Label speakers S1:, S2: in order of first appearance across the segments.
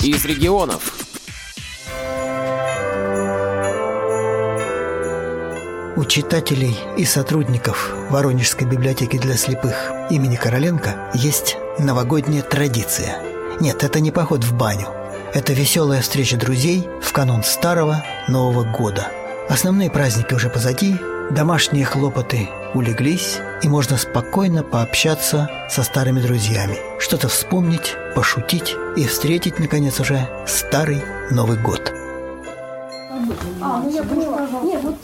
S1: из регионов.
S2: У читателей и сотрудников Воронежской библиотеки для слепых имени Короленко есть новогодняя традиция. Нет, это не поход в баню. Это веселая встреча друзей в канун старого Нового года. Основные праздники уже позади, домашние хлопоты улеглись, и можно спокойно пообщаться со старыми друзьями, что-то вспомнить, пошутить и встретить, наконец, уже старый Новый год.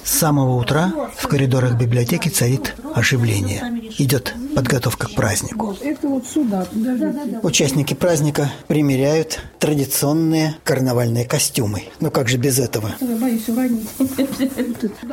S2: С самого утра в коридорах библиотеки царит оживление. Идет подготовка к празднику. Участники праздника примеряют традиционные карнавальные костюмы. Ну как же без этого?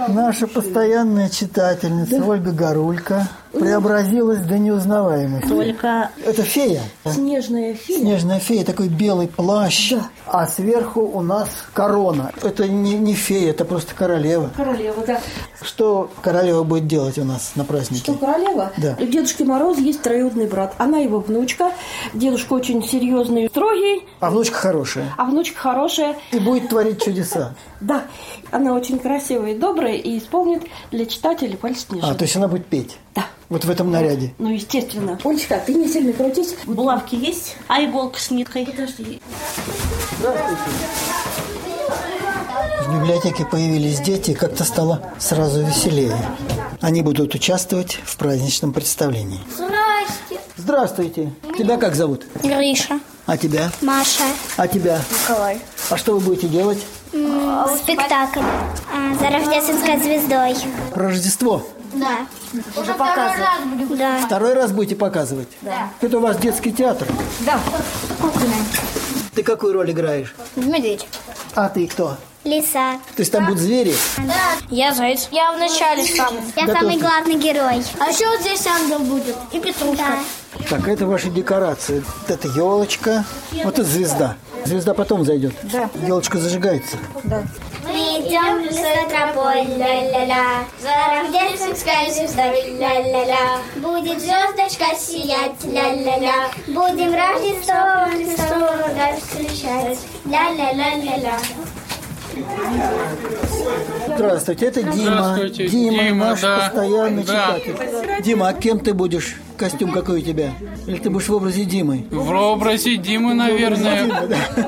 S2: Наша постоянная читательница Ольга Гарулька преобразилась до неузнаваемости.
S3: Только
S2: Это фея?
S3: снежная фея.
S2: Снежная фея, такой белый плащ, а сверху у нас корона. Это не, не фея, это просто королева.
S3: Королева, да.
S2: Что королева будет делать у нас на празднике?
S3: Что королева?
S2: Да.
S3: У Дедушки Мороз есть троюродный брат. Она его внучка. Дедушка очень серьезный и строгий,
S2: А внучка хорошая.
S3: а внучка хорошая.
S2: И будет творить чудеса.
S3: Да, она очень красивая и добрая и исполнит для читателей «Поль
S2: А,
S3: снежинки».
S2: то есть она будет петь.
S3: Да.
S2: Вот в этом наряде.
S3: Ну, естественно. Олечка, ты не сильно крутись.
S4: Булавки есть, а иголка с ниткой?
S2: В библиотеке появились дети, и как-то стало сразу веселее. Они будут участвовать в праздничном представлении.
S5: Здрасте.
S2: Здравствуйте. Тебя как зовут?
S5: Гриша.
S2: А тебя?
S5: Маша.
S2: А тебя? Николай. А что вы будете делать?
S5: Спектакль. А, за рождественской звездой.
S2: Про Рождество.
S5: Да. Уже показывают. Да.
S2: Второй раз будете показывать? Да. Это у вас детский театр. Ты какую роль играешь?
S5: Медведь.
S2: А ты кто?
S5: Лиса.
S2: То есть там будут звери?
S5: Я заяц. Я вначале сам. Я
S2: Да
S5: самый
S2: тоже.
S5: главный герой. А еще вот здесь ангел будет. И петрушка.
S2: Так, это ваши декорации. Вот это елочка, вот это звезда. Звезда потом зайдет. Да. Елочка зажигается.
S5: Мы идем лесной тропой, ля-ля-ля. За рождественской звездой, ля-ля-ля. Будет звездочка сиять, ля-ля-ля. Будем Рождество, Рождество встречать, ля-ля-ля-ля-ля.
S2: Здравствуйте, это Дима.
S6: Здравствуйте,
S2: Дима,
S6: Дима,
S2: наш
S6: да.
S2: постоянный
S6: Да.
S2: читатель. Дима, а кем ты будешь? Костюм какой у тебя? Или ты будешь в образе Димы?
S6: В образе Димы, наверное.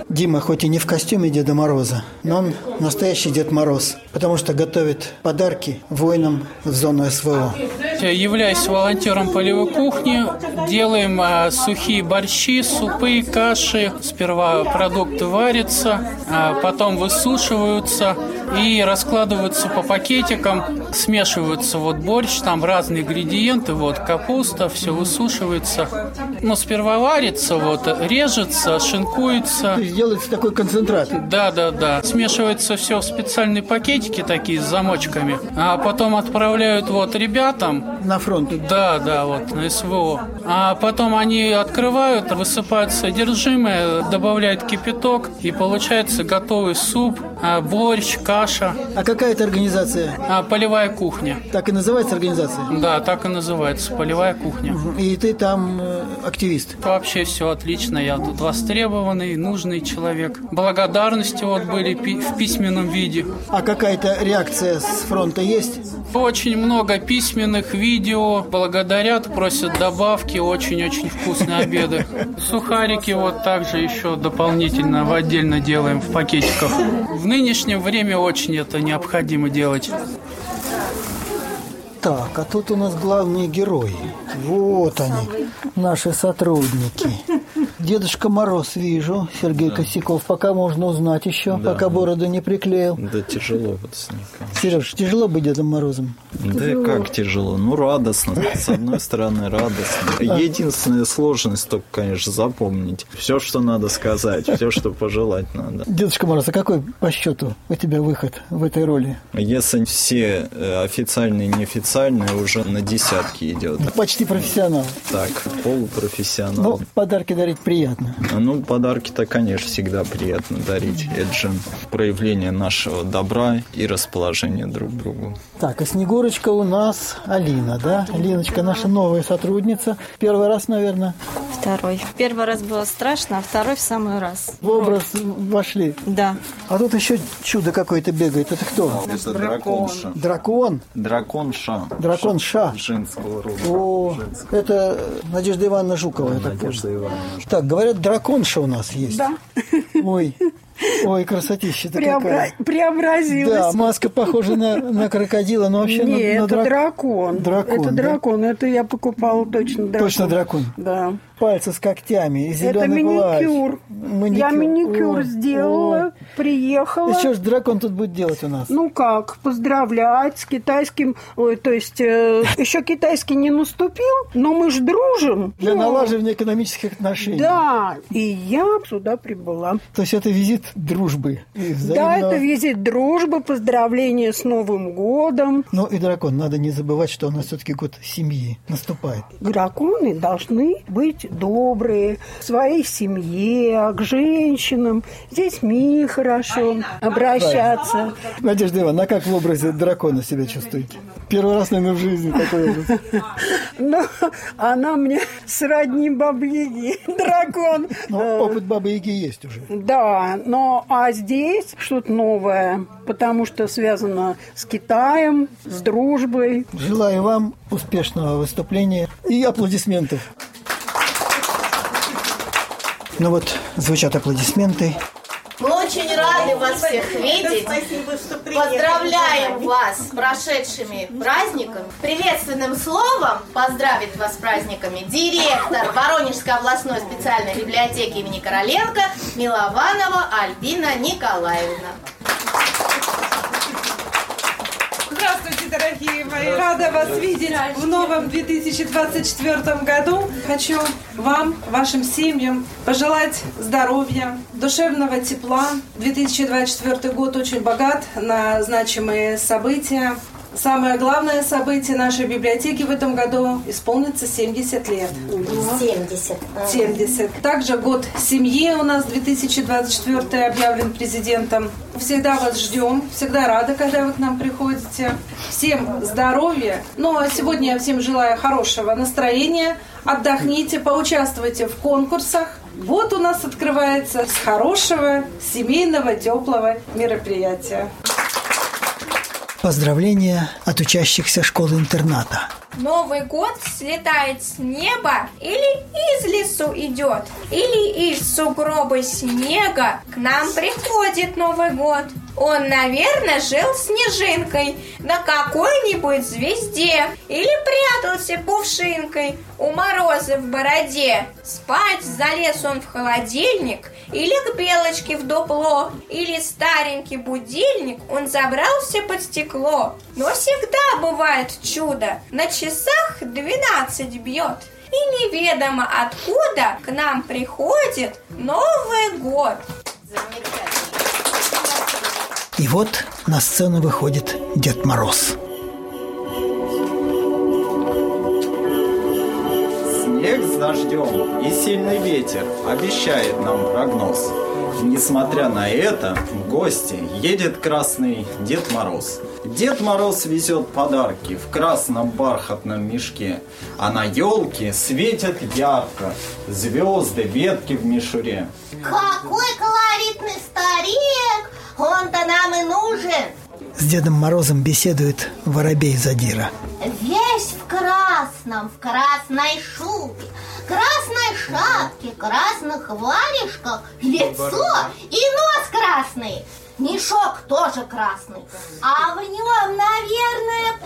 S2: Дима хоть и не в костюме Деда Мороза, но он настоящий Дед Мороз, потому что готовит подарки воинам в зону СВО.
S6: Являюсь э, волонтером полевой кухни. Делаем а, сухие борщи, супы, каши. Сперва продукты варятся, а потом высушиваются и раскладываются по пакетикам. Смешиваются вот борщ, там разные ингредиенты, вот капуста, все высушивается. Ну, сперва варится, вот режется, шинкуется.
S2: То есть делается такой концентрат.
S6: Да, да, да. Смешивается все в специальные пакетики такие с замочками, а потом отправляют вот ребятам.
S2: На фронт.
S6: Да, да, вот на СВО. А потом они открывают, высыпают содержимое, добавляют кипяток и получается готовый суп, а, борщ, каша,
S2: А какая это организация?
S6: а, полевая кухня.
S2: Так и называется организация?
S6: Да, так и называется, полевая кухня.
S2: И ты там э, активист.
S6: Вообще все отлично, я тут востребованный, нужный человек. Благодарности вот были пи- в письменном виде.
S2: А какая-то реакция с фронта есть?
S6: Очень много письменных видео, благодарят, просят добавки, очень-очень вкусные обеды. Сухарики вот также еще дополнительно в отдельно делаем в пакетиках. В нынешнее время очень это необходимо делать.
S2: Так, а тут у нас главные герои. Вот они, наши сотрудники. Дедушка Мороз вижу, Сергей Косяков. Пока можно узнать еще, пока бороду не приклеил.
S7: Да тяжело вот с Ником.
S2: Сереж, тяжело быть Дедом Морозом.
S7: Да как тяжело? Ну, радостно. С одной стороны, радостно. Единственная сложность только, конечно, запомнить. Все, что надо сказать, все, что пожелать надо.
S2: Дедушка Мороз, а какой по счету у тебя выход в этой роли?
S7: Если все э, официальные и неофициальные, уже на десятки идет.
S2: Почти профессионал.
S7: Так, полупрофессионал.
S2: Ну, подарки дарить приятно.
S7: Ну, подарки-то, конечно, всегда приятно дарить. Это же проявление нашего добра и расположения друг к другу.
S2: Так, и Снегурочка у нас Алина, да? Алиночка наша новая сотрудница. Первый раз, наверное,
S1: Второй. Первый раз было страшно, а второй в самый раз.
S2: в образ вошли.
S1: Да.
S2: А тут еще чудо какое-то бегает. Это кто?
S7: Это драконша.
S2: Дракон?
S7: Драконша.
S2: Дракон Ша.
S7: Женского рода.
S2: О, это Надежда Ивановна Жукова, я так понял.
S7: Надежда Ивановна.
S2: Так, говорят, драконша у нас есть. Да. Ой, ой, красотища-то какая. Да,
S8: Преобразилась.
S2: маска похожа на, на крокодила, но вообще на-
S8: Не,
S2: на,
S8: это
S2: драк-
S8: дракон.
S2: Дракон,
S8: Это
S2: да?
S8: дракон. Это я покупала точно дракон.
S2: Точно дракон.
S8: Да.
S2: Пальцы с когтями и
S8: Это
S2: зеленый
S8: маникюр. Я маникюр сделала, приехала.
S2: И что ж дракон тут будет делать у нас?
S8: Ну как, поздравлять с китайским, ой, то есть еще китайский не наступил, но мы ж дружим.
S2: Для
S8: Ну,
S2: налаживания экономических отношений.
S8: Да, и я сюда прибыла.
S2: То есть это визит дружбы. и
S8: Да,
S2: взаимного-
S8: это визит дружбы, поздравления с Новым годом.
S2: Ну и дракон, надо не забывать, что у нас все-таки год семьи наступает.
S8: Драконы должны быть добрые к своей семье, к женщинам, с детьми хорошо обращаться.
S2: Надежда Ивановна, а как в образе дракона себя чувствуете? Первый раз, наверное, в жизни такой образ.
S8: Но она мне сродни бабьяги, дракон.
S2: Но Ну, опыт Бабы Яги есть уже.
S8: Да, но а здесь что-то новое, потому что связано с Китаем, с дружбой.
S2: Желаю вам успешного выступления и аплодисментов. Ну вот, звучат аплодисменты.
S9: Мы очень рады вас всех видеть. Поздравляем вас с прошедшими праздниками. Приветственным словом поздравит вас с праздниками директор Воронежской областной специальной библиотеки имени Короленко Милованова Альбина Николаевна.
S10: Здравствуйте, дорогие мои! Рада вас видеть в новом 2024 году. Хочу вам, вашим семьям пожелать здоровья, душевного тепла. 2024 год очень богат на значимые события. Самое главное событие нашей библиотеки в этом году исполнится 70 лет.
S5: 70.
S10: 70. Также год семьи у нас 2024 объявлен президентом. Всегда вас ждем, всегда рада, когда вы к нам приходите. Всем здоровья. Ну а сегодня я всем желаю хорошего настроения. Отдохните, поучаствуйте в конкурсах. Вот у нас открывается с хорошего семейного теплого мероприятия.
S2: Поздравления от учащихся школы-интерната.
S5: Новый год слетает с неба или из лесу идет, или из сугроба снега. К нам приходит Новый год. Он, наверное, жил снежинкой на какой-нибудь звезде или прятался пушинкой у мороза в бороде. Спать залез он в холодильник или к белочке в дупло, или старенький будильник он забрался под стекло. Но всегда бывает чудо, на часах 12 бьет. И неведомо откуда к нам приходит Новый год.
S2: И вот на сцену выходит Дед Мороз.
S7: Снег с дождем и сильный ветер обещает нам прогноз. Несмотря на это, в гости едет красный Дед Мороз. Дед Мороз везет подарки в красном бархатном мешке, а на елке светят ярко звезды, ветки в мишуре.
S9: Какой колоритный старик! Он-то нам и нужен!
S2: С Дедом Морозом беседует воробей Задира.
S9: Весь в красном, в красной шубе, красной шапке, красных варежках, лицо и нос красный. Мешок тоже красный, а в нем, наверное,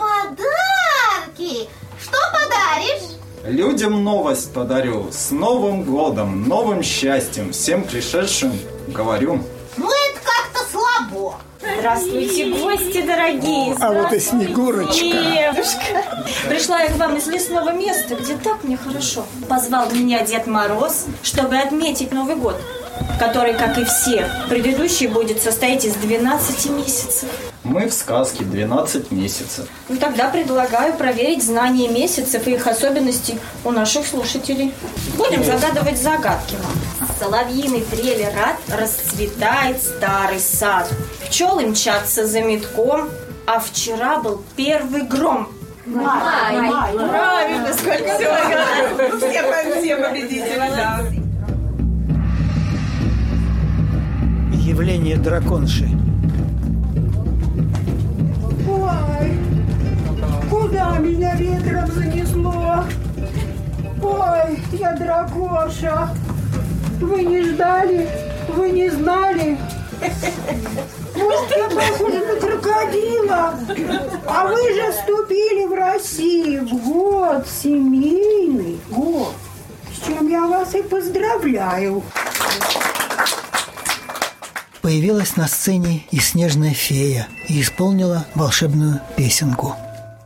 S9: подарки. Что подаришь?
S7: Людям новость подарю, с Новым годом, новым счастьем, всем пришедшим говорю.
S9: Ну, это как-то слабо.
S4: Здравствуйте, гости дорогие.
S2: А вот и Снегурочка.
S4: Девушка. Пришла я к вам из лесного места, где так мне хорошо. Позвал меня Дед Мороз, чтобы отметить Новый год, который, как и все предыдущие, будет состоять из 12 месяцев.
S7: Мы в сказке 12 месяцев.
S3: Ну тогда предлагаю проверить знания месяцев и их особенностей у наших слушателей. Будем загадывать загадки вам. Соловьиный трелерат расцветает старый сад. Пчелы мчатся за метком, а вчера был первый гром.
S8: Правильно, сколько всего. Все, по- все победители, да.
S2: Явление драконши.
S8: Ой, куда меня ветром занесло? Ой, я дракоша. Вы не ждали, вы не знали. Может, я похожа на крокодила. А вы же вступили в Россию в год, семейный год. С чем я вас и поздравляю.
S2: Появилась на сцене и снежная фея и исполнила волшебную песенку.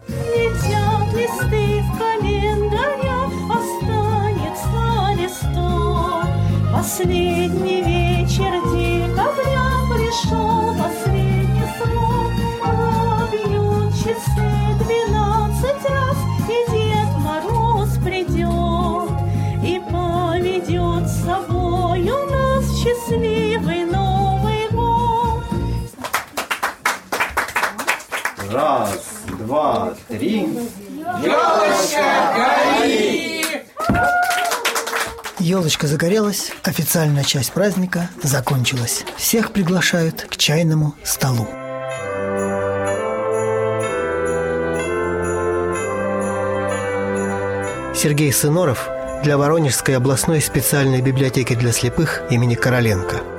S5: Летят листы в календаря, останется листок. Последний вечер декабря пришел последний срок. Пробьют часы двенадцать раз, и Дед Мороз придет и поведет с собой у нас в счастливый Новый год.
S7: Раз, два, три.
S8: Ёлочка, гори!
S2: Елочка загорелась, официальная часть праздника закончилась. Всех приглашают к чайному столу. Сергей Сыноров для Воронежской областной специальной библиотеки для слепых имени Короленко –